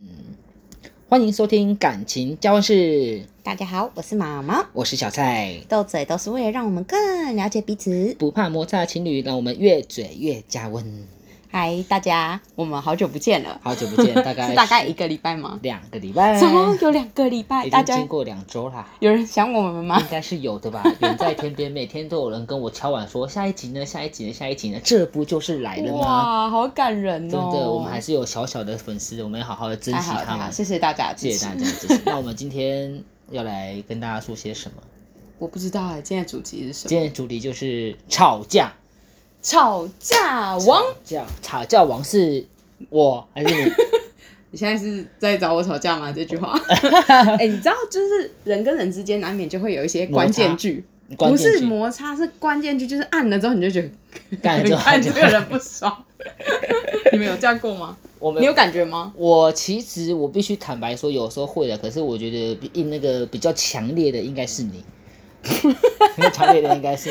嗯，欢迎收听感情交换室，大家好，我是毛毛，我是小蔡。斗嘴都是为了让我们更了解彼此。不怕摩擦的情侣，让我们越嘴越加温。嗨，大家，我们好久不见了，好久不见，大概是大概一个礼拜吗？两个礼拜，怎么有两个礼拜？已大经家经过两周啦。有人想我们吗应？该是有的吧，远在天边，每天都有人跟我敲碗说下一集呢，下一集呢，下一集呢，这不就是来了吗？哇，好感人真哦！的，我们还是有小小的粉丝，我们要好好的珍太惜好他了太好了们。谢谢大家的谢谢支持大。家的支持。那我们今天要来跟大家说些什么？我不知道哎，今天的主题是什么？今天的主题就是吵架。吵架王，吵架，吵架王是我还 是你？你现在是在找我吵架吗？这 句话，哎、你知道，就是人跟人之间难免就会有一些关摩键擦句，关不键是句摩擦，是关键句，就是按了之后你就觉得。干就 看这就个人不爽。 你们有这样过吗？ 我们你有感觉吗？我其实我必须坦白说，有时候会的，可是我觉得比那个比较强烈的应该是 你，比较强烈的应该是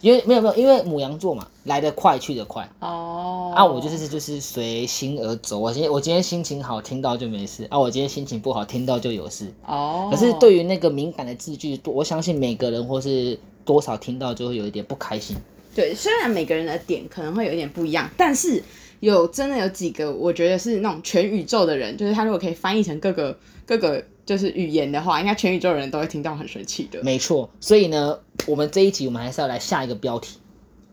你，因为没有没有，因为母羊座嘛，来得快去得快。哦，啊，我就是就是随心而走。我今天我今天心情好，听到就没事；啊，我今天心情不好，听到就有事。哦，可是对于那个敏感的字句，我相信每个人或是多少听到就会有一点不开心。对，虽然每个人的点可能会有一点不一样，但是有真的有几个，我觉得是那种全宇宙的人，就是他如果可以翻译成各个各个就是语言的话，应该全宇宙的人都会听到很生气的。没错，所以呢，我们这一集我们还是要来下一个标题，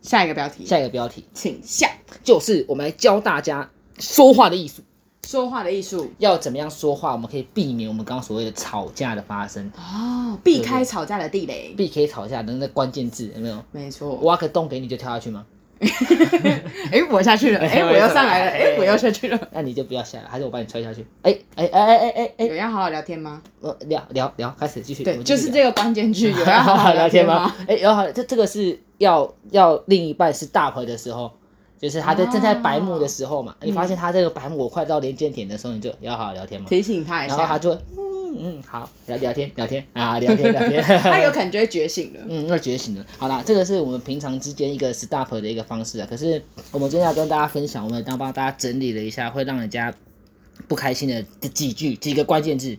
下一个标题，下一个标题请下就是我们来教大家说话的艺术，说话的艺术要怎么样说话，我们可以避免我们刚刚所谓的吵架的发生，哦，避开吵架的地雷。避开吵架的那关键字有没有？没错，挖个洞给你就跳下去吗？哎、我下去了，哎、我又上来了，哎、我又下去了。那你就不要下来，还是我把你踹下去？哎哎哎哎哎哎哎有要好好聊天吗？呃，聊聊聊，开始继续，我对，们继就续是聊这个关键句，有要 好好啊好好聊聊天天吗吗？？哎、然后这这个是要要另一半是大婆的时候，就是他在、正在白目的时候嘛，你发现他这个白目我快到临界点的时候，你就要好好聊天嘛。提醒他一然后他下，就会嗯嗯好聊聊天聊天啊聊天聊天， 他有可能就会觉醒了。嗯，那觉醒了。好啦，这个是我们平常之间一个 s t o p 的一个方式啊。可是我们今天要跟大家分享，我们当帮大家整理了一下，会让人家不开心的几句几个关键字，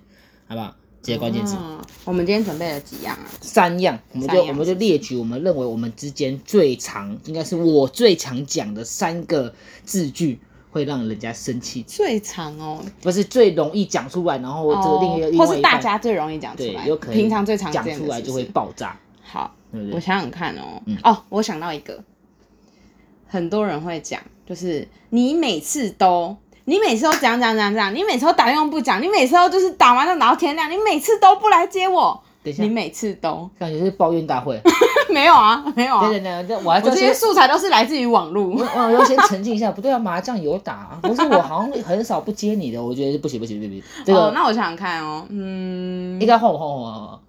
好不好？几个关键字。嗯，我们今天准备了几样啊？三样，我们三就样我们就列举我们认为我们之间最常，应该是我最常讲的三个字句，会让人家生气，最长哦，不是最容易讲出来，然后这个另一个、另外或一是大半家最容易讲出对来，有可能平常最常见讲的出来是不就会是爆炸，好。对不我对？想想看哦嗯，哦，我想到一个，很多人会讲，就是你每次都。你每次都讲讲讲讲，你每次都打电话不讲，你每次都就是打完就打到天亮，你每次都不来接我，等一下你，每次都 感觉是抱怨大会。没有啊，没有啊等，等等，这我还我这些些。素材都是来自于网我络。我要先澄清一下，不对啊，麻将有打、啊，不是我好像很少不接你的，我觉得不行不行不行，不行这哦，个那我想想看哦，嗯，应该换我换我换我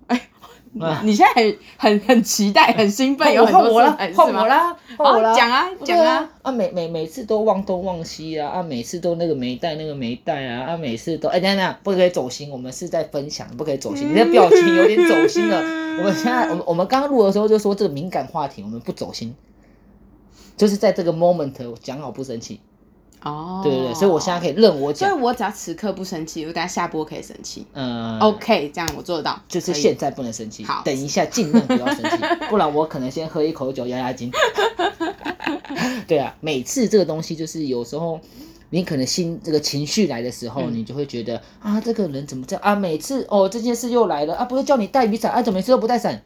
啊你现在很很很期待，很兴奋，换有我，很换我多啦素材是换我吗？啦换我好，啦，讲啊对讲啊啊，啊每每每次都忘东忘西啊啊每次都那个没带那个没带啊啊每次都哎等等等不可以走心，我们是在分享，不可以走心。你的表情有点走心了。啊我们现在我们我们刚刚录的时候就说这个敏感话题我们不走心，就是在这个 moment 讲好不生气，哦，对对对，所以我现在可以任我所以讲，我只要此刻不生气，我等下下播可以生气。嗯、 OK，这样我做得到，就是可以现在不能生气好，等一下尽量不要生 气，不然我可能先喝一口酒压压惊。 对啊，每次这个东西就是有时候你可能心这个情绪来的时候，嗯你就会觉得啊，这个人怎么这样啊？每次哦这件事又来了啊，不是叫你带雨伞啊，怎么每次都不带伞？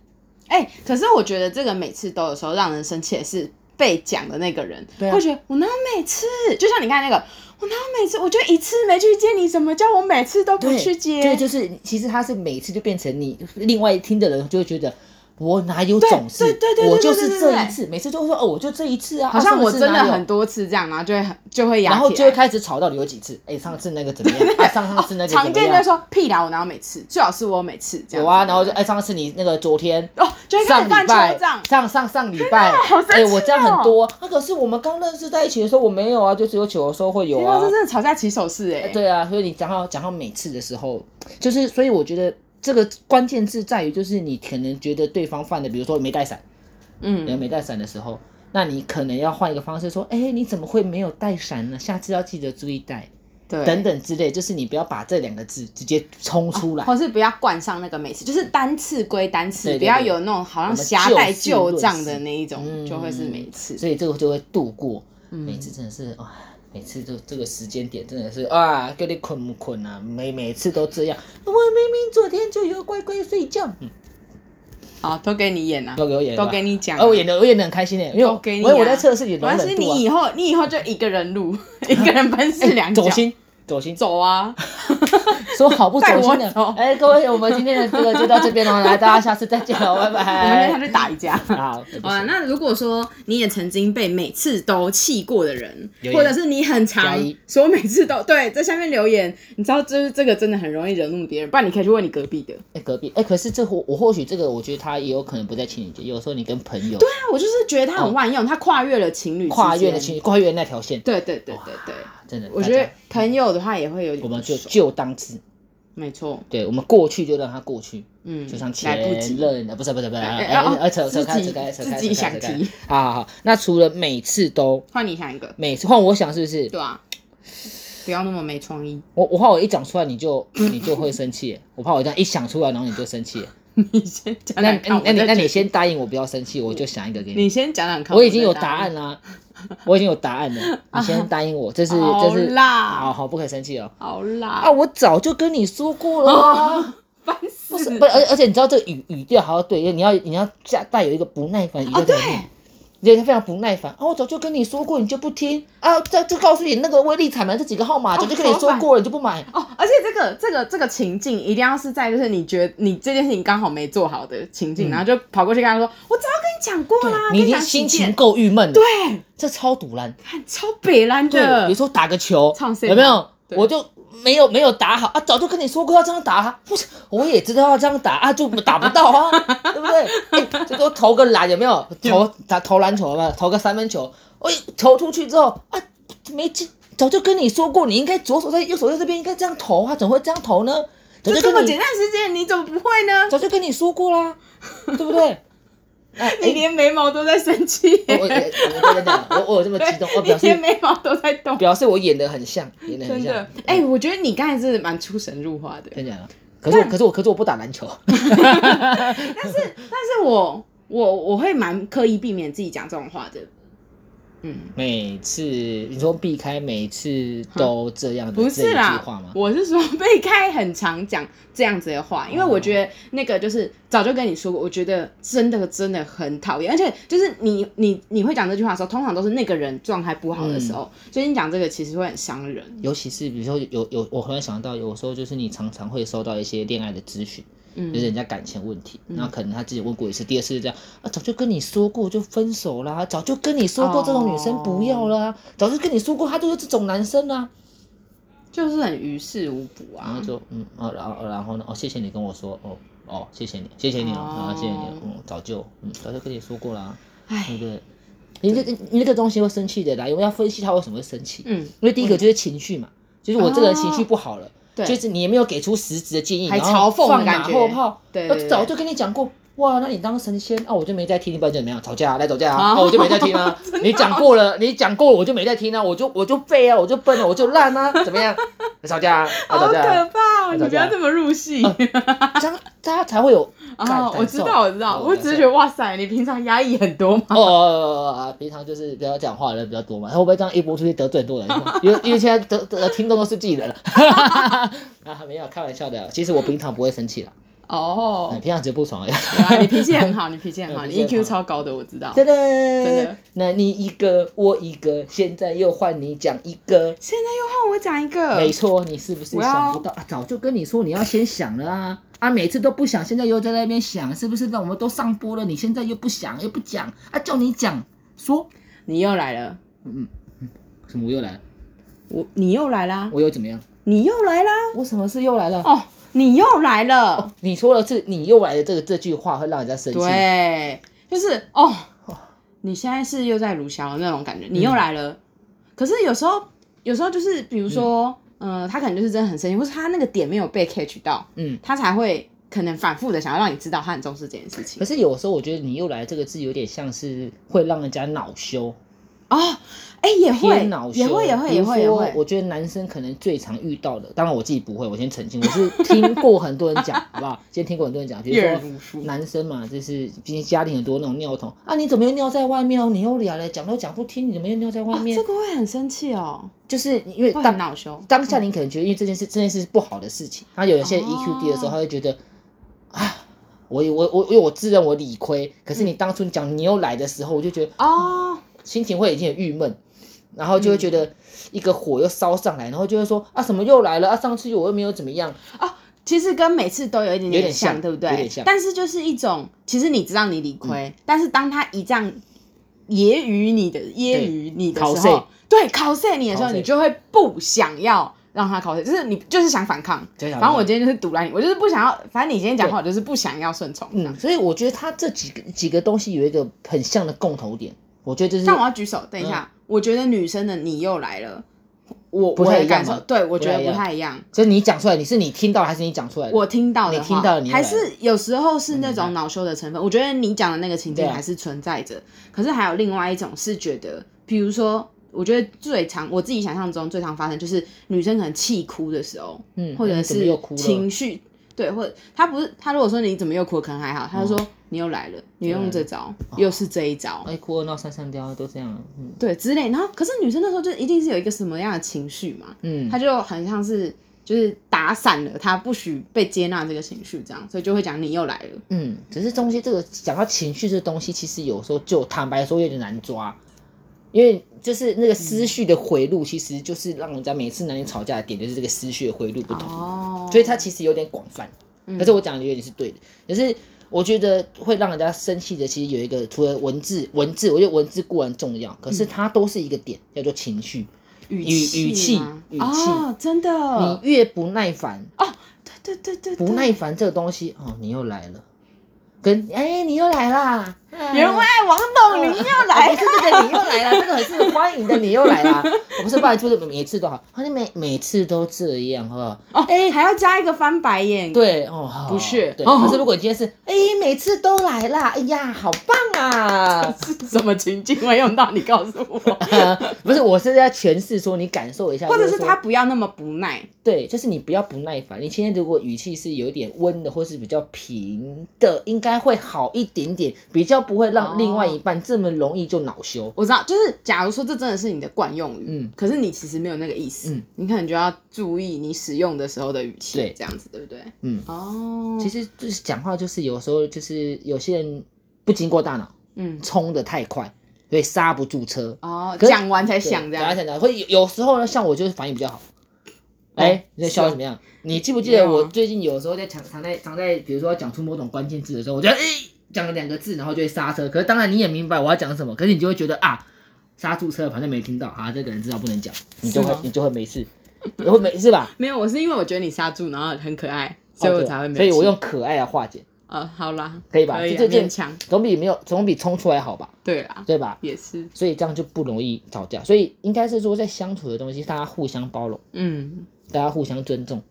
哎、可是我觉得这个每次都有时候让人生气的是被讲的那个人，对啊会觉得我哪有每次，就像你看那个，我哪有每次，我就一次没去接你，怎么叫我每次都不对，去接？对，就是其实他是每次就变成你另外听的人就会觉得。我哪有总是？对对对对我就对是对这对一次，每次就会说哦，我就这一次啊。好像啊我上次真的哪有很多次这样，然后就会很就会压然后起就来哦会开始吵到底有几次，哎、上次那个怎 么样？ 啊，上上次那个常怎么见就样？说屁啦，我哪有每次，最好是我每次这样有子。啊，然后就哎、上次你那个昨天。哦，就会开上始礼乱拜敲账，。上上上礼拜，好生哎、我气这样哦很多。那、可是我们刚认识在一起的时候，我没有啊，就只有酒的时候会有天啊啊，。这真的吵架起手式哎、哎对啊，所以你讲到讲到每次的时候，就是所以我觉得这个关键字在于，就是你可能觉得对方犯的，比如说没带伞，嗯，人没带伞的时候，那你可能要换一个方式说，哎、你怎么会没有带伞呢？下次要记得注意带。对，等等之类，就是你不要把这两个字直接冲出来。或是不要冠上那个美食，就是单次归单次，对对不要有那种好像狭带旧账的那一我们种，就事论事就会是每次。所以这个就会度过。嗯每次真的是哇，每次都这个时间点真的是啊，给你困不困啊？每每次都这样，我明明昨天就要乖乖睡觉，嗯，好，都给你演啊，都给我演吧，都给你讲啊。哦，我演的我演的很开心的，因为都我给你我啊我在测试你主容要忍是度啊你。以后， 你以后就一个人录， 一个人分饰两角哎走，心，走心，走啊，说好不走心带的我走。哎，各位，我们今天的这个就到这边哦了，来，大家下次再见了，哦拜我们等一下拜。去打一 架。好，对不啊，起哎那如果说你也曾经被每次都气过的人，留言或者是你很加常一说每次都对，在下面留言，你知道就是这个真的很容易惹怒别人，不然你可以去问你隔壁的。哎，隔壁，哎，可是这我我或许这个，我觉得他也有可能不在情人节，有时候你跟朋友对啊，我就是觉得他很万用，他跨越了情侣之间哦跨越了情，侣，跨越那条线，对对对对对，真的，我觉大家得朋友的话也会有点我不爽，们就就当是，没错，对我们过去就让它过去，嗯，就像前来不及，任，呃不是不是不是，哎哎哎哦哎，哎扯扯自开己扯开扯开，自己扯开扯想开提好好好，那除了每次都换你想一个，每次换我想是不是？对啊，不要那么没创意，我我怕我一讲出来你就你就会生气，我怕我这样一想出来然后你就生 气。啊你先讲那讲你看，那你我那再你决先答应我不要生气，我就想一个给你你。先讲讲看，我已经有再答案啦，我已经有答案 了，你先答应我，这是这好是啦好好不可以生气哦。好啦，啊，我早就跟你说过了啊。烦 不是，死不是，而而且你知道这个语语调还要对，因为你要你要加带有一个不耐烦的语调哦，在对里面，人家非常不耐烦啊！我早就跟你说过，你就不听啊！这就告诉你那个威力彩买这几个号码，哦早就跟你说过了，你就不买。哦，而且这个这个这个情境一定要是在就是你觉得你这件事情刚好没做好的情嗯境，然后就跑过去跟他说，我早跟你讲过啦，你已跟经讲心几情遍，够郁闷了，对，这超堵然。看超北蓝对，的，比如说打个球唱，C 有没有？对我就没有没有打好啊，早就跟你说过要这样打啊， 不是我也知道要这样打啊，就打不到啊， 对不对？哎，最多投个篮有没有？投打投篮球嘛，投个三分球，哎，投出去之后啊，没进，早就跟你说过，你应该左手在右手在这边应该这样投啊，怎么会这样投呢？早就就这么跟简你单的时间，你怎么不会呢？早就跟你说过 啦，对不对？哎，你连眉毛都在生气，哎我我我我等等，我我有这么激动，我 你表连示眉毛都在动，表示我演的很像，演的很真像的。。哎，我觉得你刚才真的蛮出神入化的，真假的？可是我可是我可是我不打篮 球，但是但是我我我会蛮刻意避免自己讲这种话的，嗯。每次你说避开每次都这样的嗯不这一是句啦话吗，？我是说被开很常讲这样子的话，因为我觉得那个就是早就跟你说过，我觉得真的真的很讨厌，而且就是你你你会讲这句话的时候，通常都是那个人状态不好的时候，嗯所以你讲这个其实会很伤人。尤其是比如说有有，我忽然想到，有时候就是你常常会收到一些恋爱的咨询，嗯就是人家感情问题，然后可能他自己问过一次，第二次就这样啊，早就跟你说过就分手啦，早就跟你说过这种女生不要哦啦，早就跟你说过他就是这种男生啊啦，就是很于事无补然后啊。就嗯啊，然后然后呢？哦，谢谢你跟我说哦哦，谢谢你，谢谢你哦，啊，谢谢你哦，哦嗯，早就嗯早就跟你说过啦。对唉，不对？你这你这个东西会生气的啦，因为要分析他为什么会生气。嗯，因为第一个就是情绪嘛，就是我这个人情绪不好了，对就是你也没有给出实质的建议，还然后嘲讽的放马感觉后炮。对我对对哦早就跟你讲过，哇，那你当神仙啊，我就没在听，你不然怎么样？吵架啊来吵架啊，啊啊我就没在听 啊。你讲过了，你讲过了，我就没在听啊，我就我就废啊，我就笨啊，我就烂啊，怎么样？来吵架啊，来好吵架啊可，怕哦！来你吵架不要这么入戏哦这样大家才会有感啊！我知道，我知道，我只是觉得。得哇塞，你平常压抑很多嘛。哦，平常就是比较讲话的人比较多嘛，他会不会这样一播出去得罪很多人？因为因为现在得得听众都是自己人了，啊，没有开玩笑的。其实我平常不会生气啦， 哦嗯，平常只是不爽而已。对 啊你脾气很好，你脾气很好，嗯你脾气很好 EQ 超高的，我知道。真的，的那你一个我一个，现在又换你讲一个，现在又换我讲一个，没错，你是不是我要想不到啊？早就跟你说你要先想了啊。啊，每次都不想，现在又在那边想，是不是？那我们都上播了，你现在又不想，又不讲啊，叫你讲说，你又来了，嗯嗯嗯，什么我又来了，我你又来啦，我又怎么样？你又来啦，我什么事又来了？哦，你又来了，你说了这你又来的这个这句话会让人家生气。对，就是哦，你现在是又在鲁枭那种感觉，你又来了。可是有时候，有时候就是比如说，嗯、呃，他可能就是真的很生气，或是他那个点没有被 catch 到，嗯，他才会可能反复的想要让你知道他很重视这件事情可。是有时候我觉得“你又来”这个字有点像是会让人家恼羞，哦，哎、也会偏恼，羞，也会，也会，比也如会，也说会。我觉得男生可能最常遇到的，当然我自己不会，我先澄清，我是听过很多人讲，好不好？先听过很多人讲，比如阅 人无说数男生嘛，就是毕竟家里很多那种尿桶啊，你怎么又尿在外面哦？你又来了，讲都讲不听，你怎么又尿在外哦，面？这个会很生气哦，就是因为会当很恼羞。当下你可能觉得，因为这件事这件事是不好的事情，他有一些哦 EQ 低的时候，他会觉得啊。我我我，因为我自认我理亏，可嗯是你当初讲你又来的时候，我就觉得哦，心情会已经很郁闷，然后就会觉嗯得一个火又烧上来，然后就会说啊什么又来了啊，上次我又没有怎么样，其实跟每次都有一点有点像像，对不对？有点像嗯但是就是一种，其实你知道你理亏，但是当他一这样揶揄你的、揶揄你的时考候，对，考碎你的时候，考碎你就会不想要让他考碎，就是你就是想反抗。就想反正我今天就是堵拦你，我就是不想要，反正你今天讲话，我就是不想要顺从。嗯，所以我觉得他这几个几个东西有一个很像的共同点，我觉得就是嗯但我要举手，等一下，我觉得女生的你又来了，我不我太的一样感嘛受，对我觉不太一样得不太一样。就是你讲出来，你是你听到的还是你讲出来的？我听到的你话，听到的你又来还了是有时候是那种恼羞的成分。我觉得你讲的那个情境对啊还是存在着，可是还有另外一种是觉得，比如说，我觉得最常我自己想象中最常发生就是女生可能气哭的时候，嗯，或者你怎么是又哭了，情绪，对，或者她不是她如果说你怎么又哭了，可能还好，她就哦说、你又来了，你又啊用这招，又是这一招，哎，哭二闹三上吊都这样，嗯对之类。然后可是女生那时候就一定是有一个什么样的情绪嘛，嗯，他就很像是就是打散了，他不许被接纳这个情绪，这样，所以就会讲你又来了。嗯，只是东西这个讲到情绪这东西，其实有时候就坦白说有点难抓，因为就是那个思绪的回路，其实就是让人家每次男女吵架的点就是这个思绪的回路不同，哦嗯所以它其实有点广泛。可是我讲的有点是对的，可是我觉得会让人家生气的，其实有一个除了文字，文字我觉得文字固然重要，可是它都是一个点，叫做情绪。语语气吗语气哦，真的，你越不耐烦，对对对对对，不耐烦这个东西哦，你又来了，跟哎、你又来啦，哎有人问哎王董，你又来哦不是这个你又来了，这个很是欢迎的你又来 了。我不是拜托，每次都好，好像每每次都这样，好不好？哦，哎，还要加一个翻白眼，对哦，好不屑对。哦可是如果你今天是，哎、每次都来啦，哎呀，好棒 啊！ 是什么情境会用到？你告诉我，呃不是，我是在诠释说你感受一下， 或者就是说他不要那么不耐，对，就是你不要不耐烦。你今天如果语气是有点温的，或是比较平的，应该会好一点点，比较不会哦让另外一半这么容易就恼羞。我知道，就是假如说这真的是你的惯用语，嗯可是你其实没有那个意思，嗯你可能就要注意你使用的时候的语气，对这样子对不对？嗯哦，其实就是讲话，就是有时候就是有些人不经过大脑，嗯，冲的太快，所以刹不住车。哦，可是讲完才想这对讲来样，讲来，会有有时候呢，像我就是反应比较好。哦啊哎、你在笑得怎么样？你记不记得没有我啊最近有时候在常常在常在，比如说讲出某种关键字的时候，我觉得哎讲了两个字，然后就会刹车。可是当然你也明白我要讲什么，可是你就会觉得啊刹住车，反正没听到啊，这个人知道不能讲，你就会是吗你就会没事，你会没事吧？没有，我是因为我觉得你刹住，然后很可爱， 所以我才会哦没有所以我气用可爱来化解，啊，好啦，可以吧？可以啊就这件勉强，总比没有总比冲出来好吧？对啦，对吧？也是，所以这样就不容易吵架。所以应该是说，在相处的东西，大家互相包容，嗯，大家互相尊 重，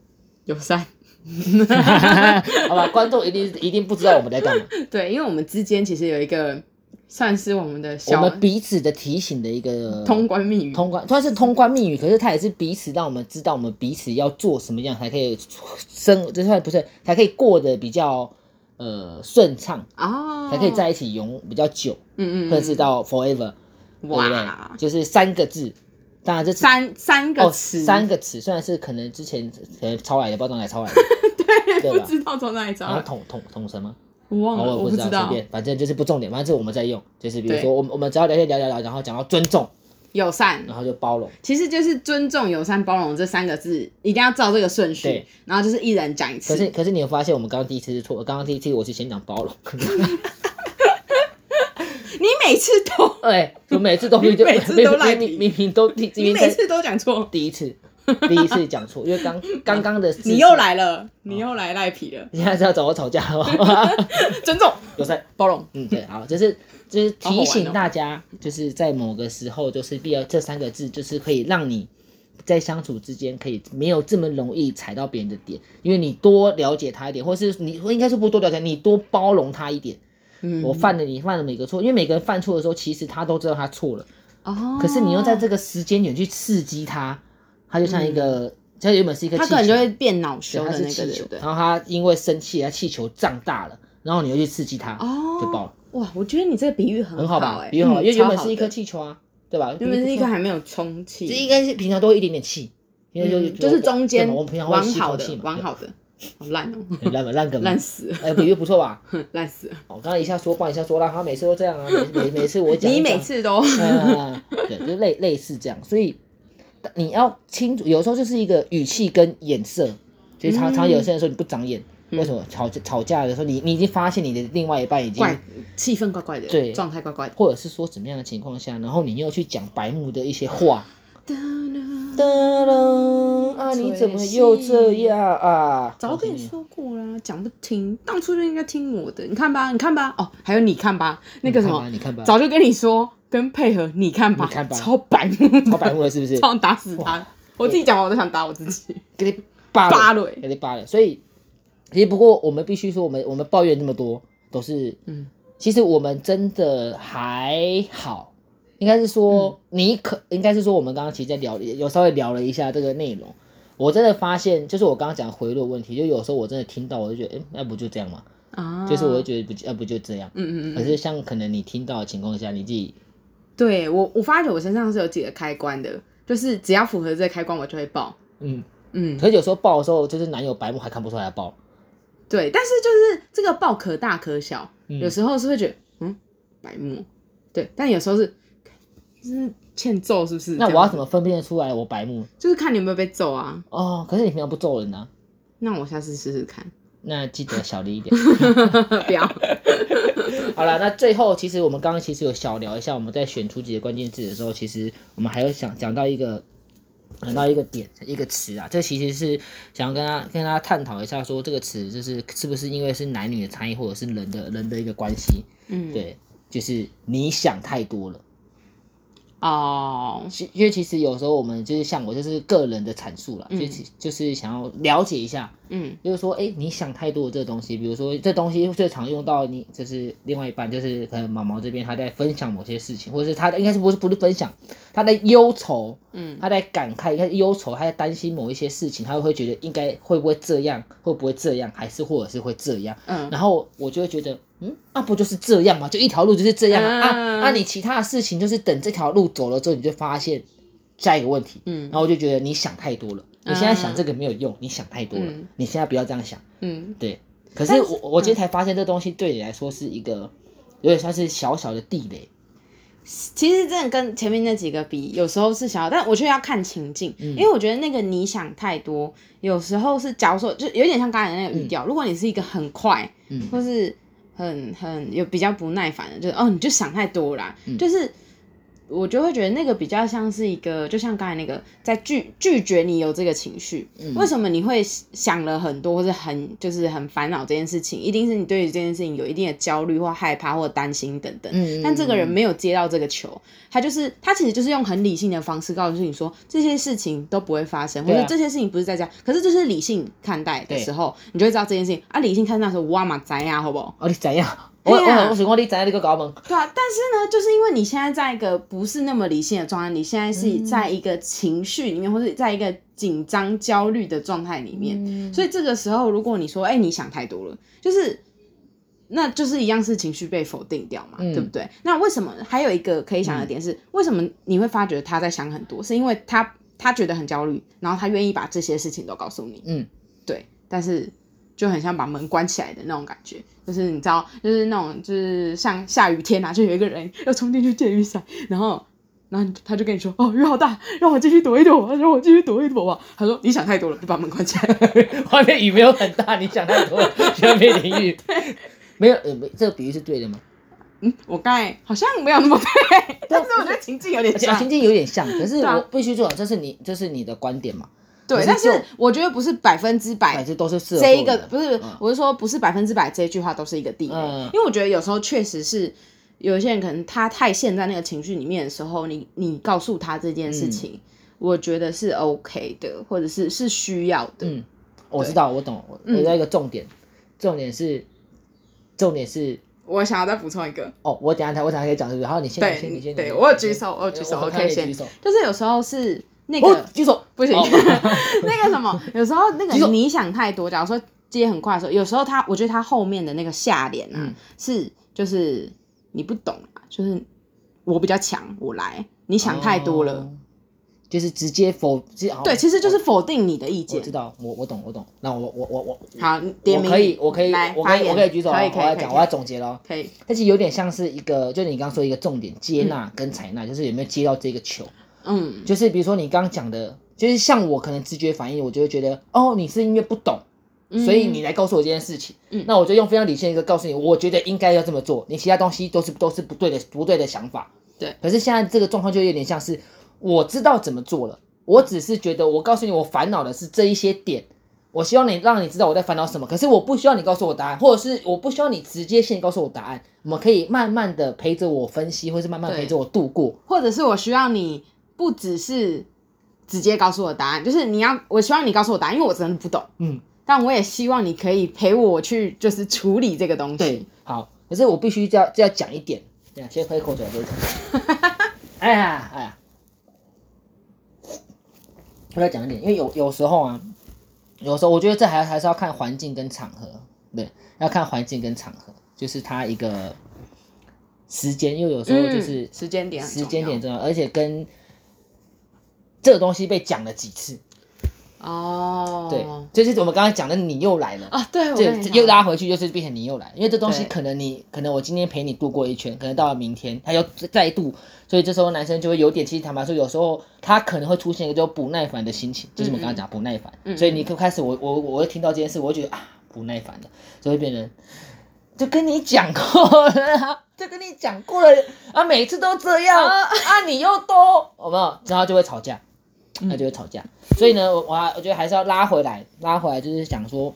友善，好吧？观众一定一定不知道我们在干嘛，对，因为我们之间其实有一个算是我们的我小们彼此的提醒的一个通关密语，通关，虽然是通关密语，可是它也是彼此让我们知道我们彼此要做什么样才可以生，就是不是才可以过得比较呃顺畅，哦，才可以在一起永比较久，嗯，嗯嗯，甚至到 forever，对不对哇？，就是三个字，当然这是三三个哦，词，三个词，虽然是可能之前可能抄来的，不知道哪里抄 来的，对不吧？知道从哪里然后找，统统统什么？我忘然后了，我也我不知知道，道随，便，反正就是不重点，反正这我们在用，就是比如对说我们我们只要聊天聊聊聊，然后讲到尊重，友善然后就包容，其实就是尊重、友善、包容这三个字，一定要照这个顺序对，然后就是一人讲一可次。是可是你有发现我们刚刚第一次是错，刚刚第一次我是先讲 包容，你每次都，哎，我每次都明每次都赖明皮明明都第你明明每在次都讲错，第一次第一次讲错，因为刚刚刚的 你又，来哦了，你又来赖皮了。你现在是要找我吵架 吗？尊重、有在。包容，嗯，对，好，就是就是好好玩提哦醒大家，就是在某个时候，就是必要这三个字，就是可以让你在相处之间可以没有这么容易踩到别人的点，因为你多了解他一点，或是你应该是不多了解，你多包容他一点。嗯我犯了你犯了每个错，因为每个人犯错的时候，其实他都知道他错了，哦，可是你又在这个时间点去刺激它，它就像一个，它原本是一个嗯他气可球，能就会变恼羞对它的是那个，气对球不，对然？后它因为生气，它气球胀大了，然后你又去刺激它，哦，就爆了，哇，我觉得你这个比喻很很好吧哎？比喻好吧，嗯因为原本超好是一颗的气球啊，对吧？原本是一颗不错，还没有充气，这应该是平常都会一点点气，因为就嗯就是中间对嘛我们平常会完吸好空气的，嘛，完对好的，好烂 哦，烂吧烂梗吧 烂，死了，哎，比喻不错吧？烂死了。我刚刚一下说棒一下说烂，他每次都这样啊，每每每次我讲，你一讲每次都嗯，对，就类类似这样，所以你要清楚，有时候就是一个语气跟眼色，就是常嗯常有些人说你不长眼，嗯为什么吵架吵架的时候，你你已经发现你的另外一半已经，怪，气氛怪怪的，对状态怪怪的。或者是说怎么样的情况下，然后你又去讲白目的一些话，噔噔啊，你怎么又这样啊？早跟我你说，说过啦，讲不听，当初就应该听我的。你看吧，你看吧，哦，还有你看吧，那个什么，你看吧，你看吧早就跟你说，跟配合，你看吧，你看吧超白目，超白目了是不是？超想打死他。我自己讲完我都想打我自己，给你扒扒了，了欸给你扒了。所以，其实不过我们必须说，我们我们抱怨那么多，都是嗯，其实我们真的还好，应该是说嗯你可，应该是说我们刚刚其实在聊，有稍微聊了一下这个内容。我真的发现，就是我刚刚讲回路的问题，就有时候我真的听到，我就觉得，哎、那不就这样嘛？啊，就是我就觉得不就，那、不就这样。嗯嗯嗯可，是像可能你听到的情况下，你自己对我，我发觉我身上是有几个开关的，就是只要符合这个开关，我就会爆。嗯，嗯，可是有时候爆的时候，就是男友白目还看不出来他爆，对，但是就是这个爆可大可小，嗯有时候是会觉得嗯白目，对，但有时候是就是欠揍是不是？那我这要样怎么分辨得出来我白目？就是看你有没有被揍啊。哦，可是你平常不揍人啊。那我下次试试看， 那记得小力一点。不要。好了，那最后其实我们刚刚其实有小聊一下，我们在选出几个关键字的时候，其实我们还有想讲到一个讲到一个点一个词啊，这其实是想要跟大跟大家探讨一下，说这个词就是是不是因为是男女的差异，或者是人的人的一个关系？嗯，，对，就是你想太多了。哦，其因为其实有时候我们就是像我就是个人的阐述了，嗯就是就是想要了解一下，嗯就是说，哎、你想太多的这个东西，比如说这东西最常用到你，就是另外一半，就是可能毛毛这边他在分享某些事情，或者是他应该是不是不是分享，他在忧愁，嗯他在感慨，他在忧愁，他在担心某一些事情，他会觉得应该会不会这样，会不会这样，还是或者是会这样，嗯，然后我就会觉得，嗯，那、不就是这样嘛，就一条路就是这样啊，啊，嗯那、你其他的事情就是等这条路走了之后，你就发现下一个问题，嗯然后我就觉得你想太多了，你现在想这个没有用，你想太多了，嗯你现在不要这样想，嗯对。可是但是嗯我我今天才发现，这东西对你来说是一个有点像是小小的地雷，其实真的跟前面那几个比，有时候是想要，但我觉得要看情境，嗯因为我觉得那个你想太多，有时候是假如说，就有点像刚才那个语调，如果你是一个很快，嗯或是很很有比较不耐烦的，就是哦，你就想太多啦，就是。我就会觉得那个比较像是一个，就像刚才那个，在拒拒绝你有这个情绪，嗯为什么你会想了很多，或者很就是很烦恼这件事情？一定是你对于这件事情有一定的焦虑或害怕或担心等等。嗯但这个人没有接到这个球，他就是他其实就是用很理性的方式告诉你说这些事情都不会发生，或对啊者这些事情不是在这样。可是这是理性看待的对时候，你就会知道这件事情啊。理性看待的时候，哇嘛灾呀，好不好？哦，你怎样？我对啊我我想讲你怎样，你个搞问，对啊，但是呢，就是因为你现在在一个不是那么理性的状态，你现在是在一个情绪里面，或者在一个紧张、焦虑的状态里面，嗯嗯所以这个时候，如果你说，哎、你想太多了，就是。那就是一样是情绪被否定掉嘛，嗯对不对？那为什么还有一个可以想的点是，为什么你会发觉他在想很多？是因为他他觉得很焦虑，然后他愿意把这些事情都告诉你，嗯，对，但是就很像把门关起来的那种感觉，就是你知道，就是那种就是像下雨天啊，就有一个人要冲进去借雨伞，然后。然后他就跟你说：“哦，雨好大，让我进去躲一躲吧，让我进去躲一躲吧。”他说：“你想太多了，就把门关起来。 外面雨没有很大，你想太多了， 居然被淋雨。没有，呃，没，这个比喻是对的吗？”嗯，我刚才好像没有那么 配，但是我觉得情境有点而且啊像情。境有点像，可是对啊我必须说，这是你，这是你的观点嘛，对，可但是就是我觉得不是百分之百反正都是适合哎这一做个人的不是，我是说不是百分之百这一句话都是一个地雷，嗯因为我觉得有时候确实是有一些人可能他太陷在那个情绪里面的时候，你你告诉他这件事情，我觉得是 OK 的，或者是是需要的，嗯嗯我知道，我懂，我我知道一个重点，重点是，重点是我想要再补充一个，哦，我等一下才我等一下可以讲对不对？好，你先你对先你你先，对你我有先举手，我有对举手，我我看可以你先举，手就是有时候是那哦个举手，不行，哦 那个什么，有时候那举手个你想太多，假如说接很快的时候，有时候他，我觉得他后面的那个下联啊，嗯是就是你不懂啊，就是我比较强，我来，你想太多了，哦就是直接否，直接好对，其实就是否定你的意我我见知。道，我我懂我懂。那我我我我好，你点我名可以我可以来我可发以言我可以举手了，啊哦可以我可以要可以讲我要总结了。可以，但是有点像是一个，就你刚刚说一个重点，接纳跟采纳，就是有没有接到这个球。嗯，就是比如说你刚刚讲的，就是像我可能直觉反应，我就会觉得哦，你是因为不懂，所以你来告诉我这件事情。嗯那我就用非常理性的一个告诉你，我觉得应该要这么做，你其他东西都是都是不对的，不对的想法。对。可是现在这个状况就有点像是我知道怎么做了，我只是觉得我告诉你，我烦恼的是这一些点。我希望你让你知道我在烦恼什么，可是我不需要你告诉我答案，或者是我不需要你直接先告诉我答案。我们可以慢慢的陪着我分析，或是慢慢地对陪着我度过。或者是我需要你不只是直接告诉我答案，就是你要，我希望你告诉我答案，因为我真的不懂。嗯，但我也希望你可以陪我去，就是处理这个东西。嗯对，好，可是我必须要要讲一点，对啊，先喝一口水，喝一 口水。哎呀，哎呀，我要讲一点，因为有有时候啊，有时候我觉得这还还是要看环境跟场合，对，要看环境跟场合，就是它一个时间，因为有时候就是、嗯、时间点很重时要，间点重要，而且跟这个东西被讲了几次，哦，对，就是我们刚刚讲的，你又来了。啊，对，我这跟你这又讲拉回去，就是变成你又来，因为这东西对可能你可能我今天陪你度过一圈，可能到了明天他又再度，所以这时候男生就会有点，其实坦白说，有时候他可能会出现一个叫不耐烦的心情，就是我们刚刚讲不耐烦，嗯所以你一开始我我我会听到这件事，我会觉得啊不耐烦的，就会变成就跟你讲过了 啊，就跟你讲过了啊，每次都这样啊啊，你又都有没有？然后就会吵架，嗯那就会吵架。所以呢，我我还我觉得还是要拉回来，拉回来就是想说。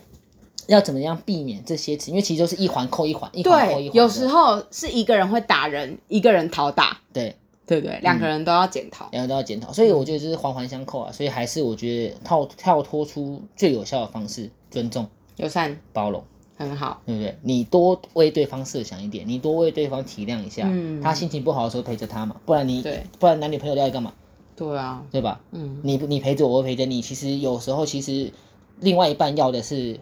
要怎么样避免这些词？因为其实就是一环扣一环，一环扣一环对，的。有时候是一个人会打人，一个人讨打，对，对不对？两个人都要检讨。两个都要检讨，所以我觉得这是环环相扣啊。所以还是我觉得跳跳脱出最有效的方式，尊重、友善包容，很好，对不对？你多为对方设想一点，你多为对方体谅一下。嗯他心情不好的时候陪着他嘛，不然你对不然男女朋友要干嘛？对啊，对吧？嗯，你你陪着我，我陪着你。其实有时候，其实另外一半要的是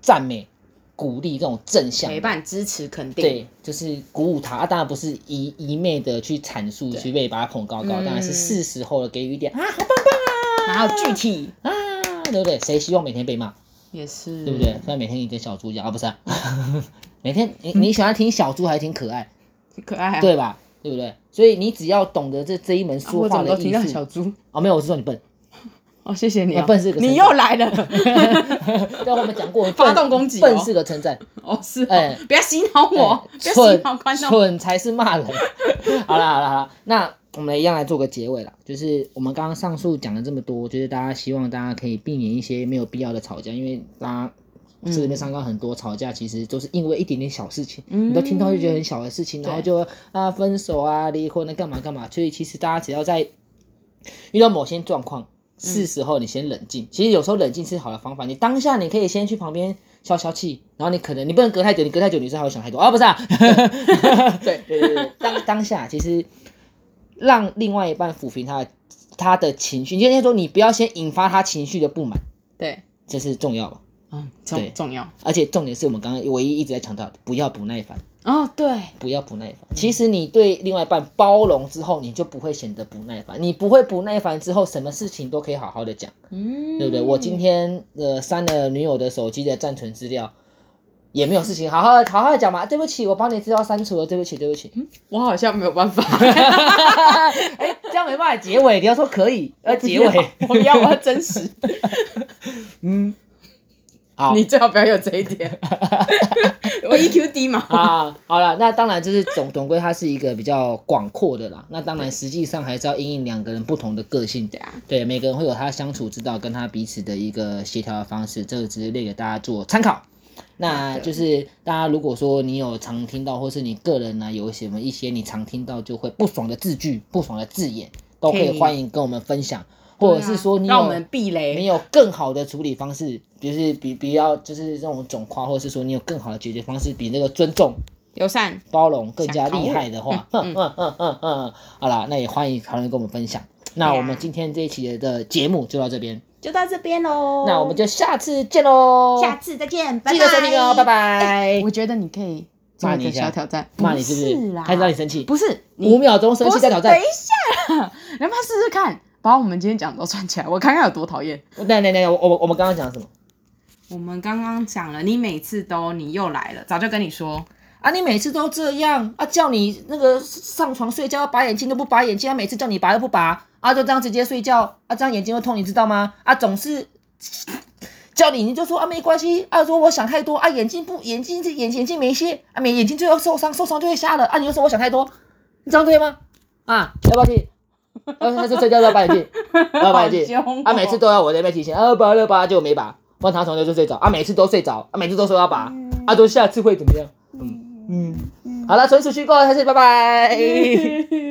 赞美、鼓励这种正向的陪伴、支持、肯定，对，就是鼓舞他。啊、当然不是一一昧的去阐述、对去被把他捧高高，嗯当然是是时候了，给予一点啊然后具体啊，对不对？谁希望每天被骂，也是，对不对？？虽然每天你跟小猪一样啊，不是、 啊，每天你嗯你喜欢听小猪还是听可爱，可爱啊，对吧？对不对？所以你只要懂得这这一门啊说我怎话么的都听艺到术小猪？哦，没有，我是说你笨。哦，谢谢你哦那，笨是个称赞你又来了， 但我们讲过，发笨动攻击哦笨是个称赞，哦是哎哦，不要洗脑我，哎不要洗蠢脑观众，蠢才是骂人。好啦好啦好啦，那我们一样来做个结尾啦。就是我们刚刚上述讲了这么多，就是大家希望大家可以避免一些没有必要的吵架，因为大家这里面上纲很多吵架，其实都是因为一点点小事情，嗯你都听到就觉得很小的事情，然后就啊分手啊离婚啊干嘛干嘛。所以其实大家只要在遇到某些状况，是时候你先冷静。其实有时候冷静是好的方法，你当下你可以先去旁边消消气，然后你可能你不能隔太久，你隔太久女生还会想太多啊，不是啊？对对对对，当当下其实让另外一半抚平他的他的情绪，你先说你不要先引发他情绪的不满，对，这是重要的。嗯，对重重要而且重点是我们刚刚唯一一直在强调的，不要不耐烦，哦，对，不要不耐烦。其实你对另外一半包容之后，你就不会显得不耐烦，你不会不耐烦之后，什么事情都可以好好的讲。嗯，对不对？我今天呃删了女友的手机的暂存资料，也没有事情，好好好好地讲嘛。对不起，我帮你资料删除了，对不起，对不起。 我好像没有办法，哎，这样没办法结尾，你要说可以， 要结 尾，我要我要真实，嗯， 好你最好不要有这一 点，我 EQ 低 嘛，啊，好了，那当然就是总总归它是一个比较广阔的啦。那当然实际上还是要因应两个人不同的个性，对啊，对每个人会有他相处之道跟他彼此的一个协调的方式，这个只是列给大家做参考。那就是大家如果说你有常听到，或是你个人呢有什么一些你常听到就会不爽的字句、不爽的字眼，都可可以以欢迎跟我们分享，或者是说你对啊让我有们避你雷，有更好的处理方式，就是比比较就是这种总夸，或者是说你有更好的解决方式，比那个尊重友善，包容更加想考厉我害的话，嗯嗯嗯嗯嗯嗯， 好啦，那也欢迎讨论跟我们分享。那对啊我们今天这一期的节目就到这边，就到这边喽。那我们就下次见喽，下次再见，拜记拜。哎得收听哦，拜。拜。我觉得你可以骂做你一一个下小挑战，骂你是不不是？啦开始让你生气，不是五你秒钟生不气是哎再挑等战一。下，你要不要试试看？把我们今天讲的都串起来，我看看有多讨厌。那那那，我我我们刚刚讲什么？我们刚刚讲了，你每次都你又来了，早就跟你说，啊，你每次都这样啊，叫你那个上床睡觉要拔眼睛都不拔眼睛，他、啊每次叫你拔都不拔，啊，就这样直接睡觉，啊，这样眼睛会痛，你知道吗？啊，总是叫你你就说啊没关系，啊说我想太多，啊眼睛不眼睛这眼眼睛没血，啊没眼睛就要受伤，受伤就会瞎了，啊你又说我想太多，你这样对吗？啊，要不要去？啊，他说睡觉都要拔眼睛，要拔眼睛。啊，每次都要我在那边提醒，啊，拔了拔就没拔，换他床就就睡着，啊，每次都睡着，啊，每次都说要拔，啊， 都下次会怎么样？嗯嗯，好了，纯属虚构，下次拜拜。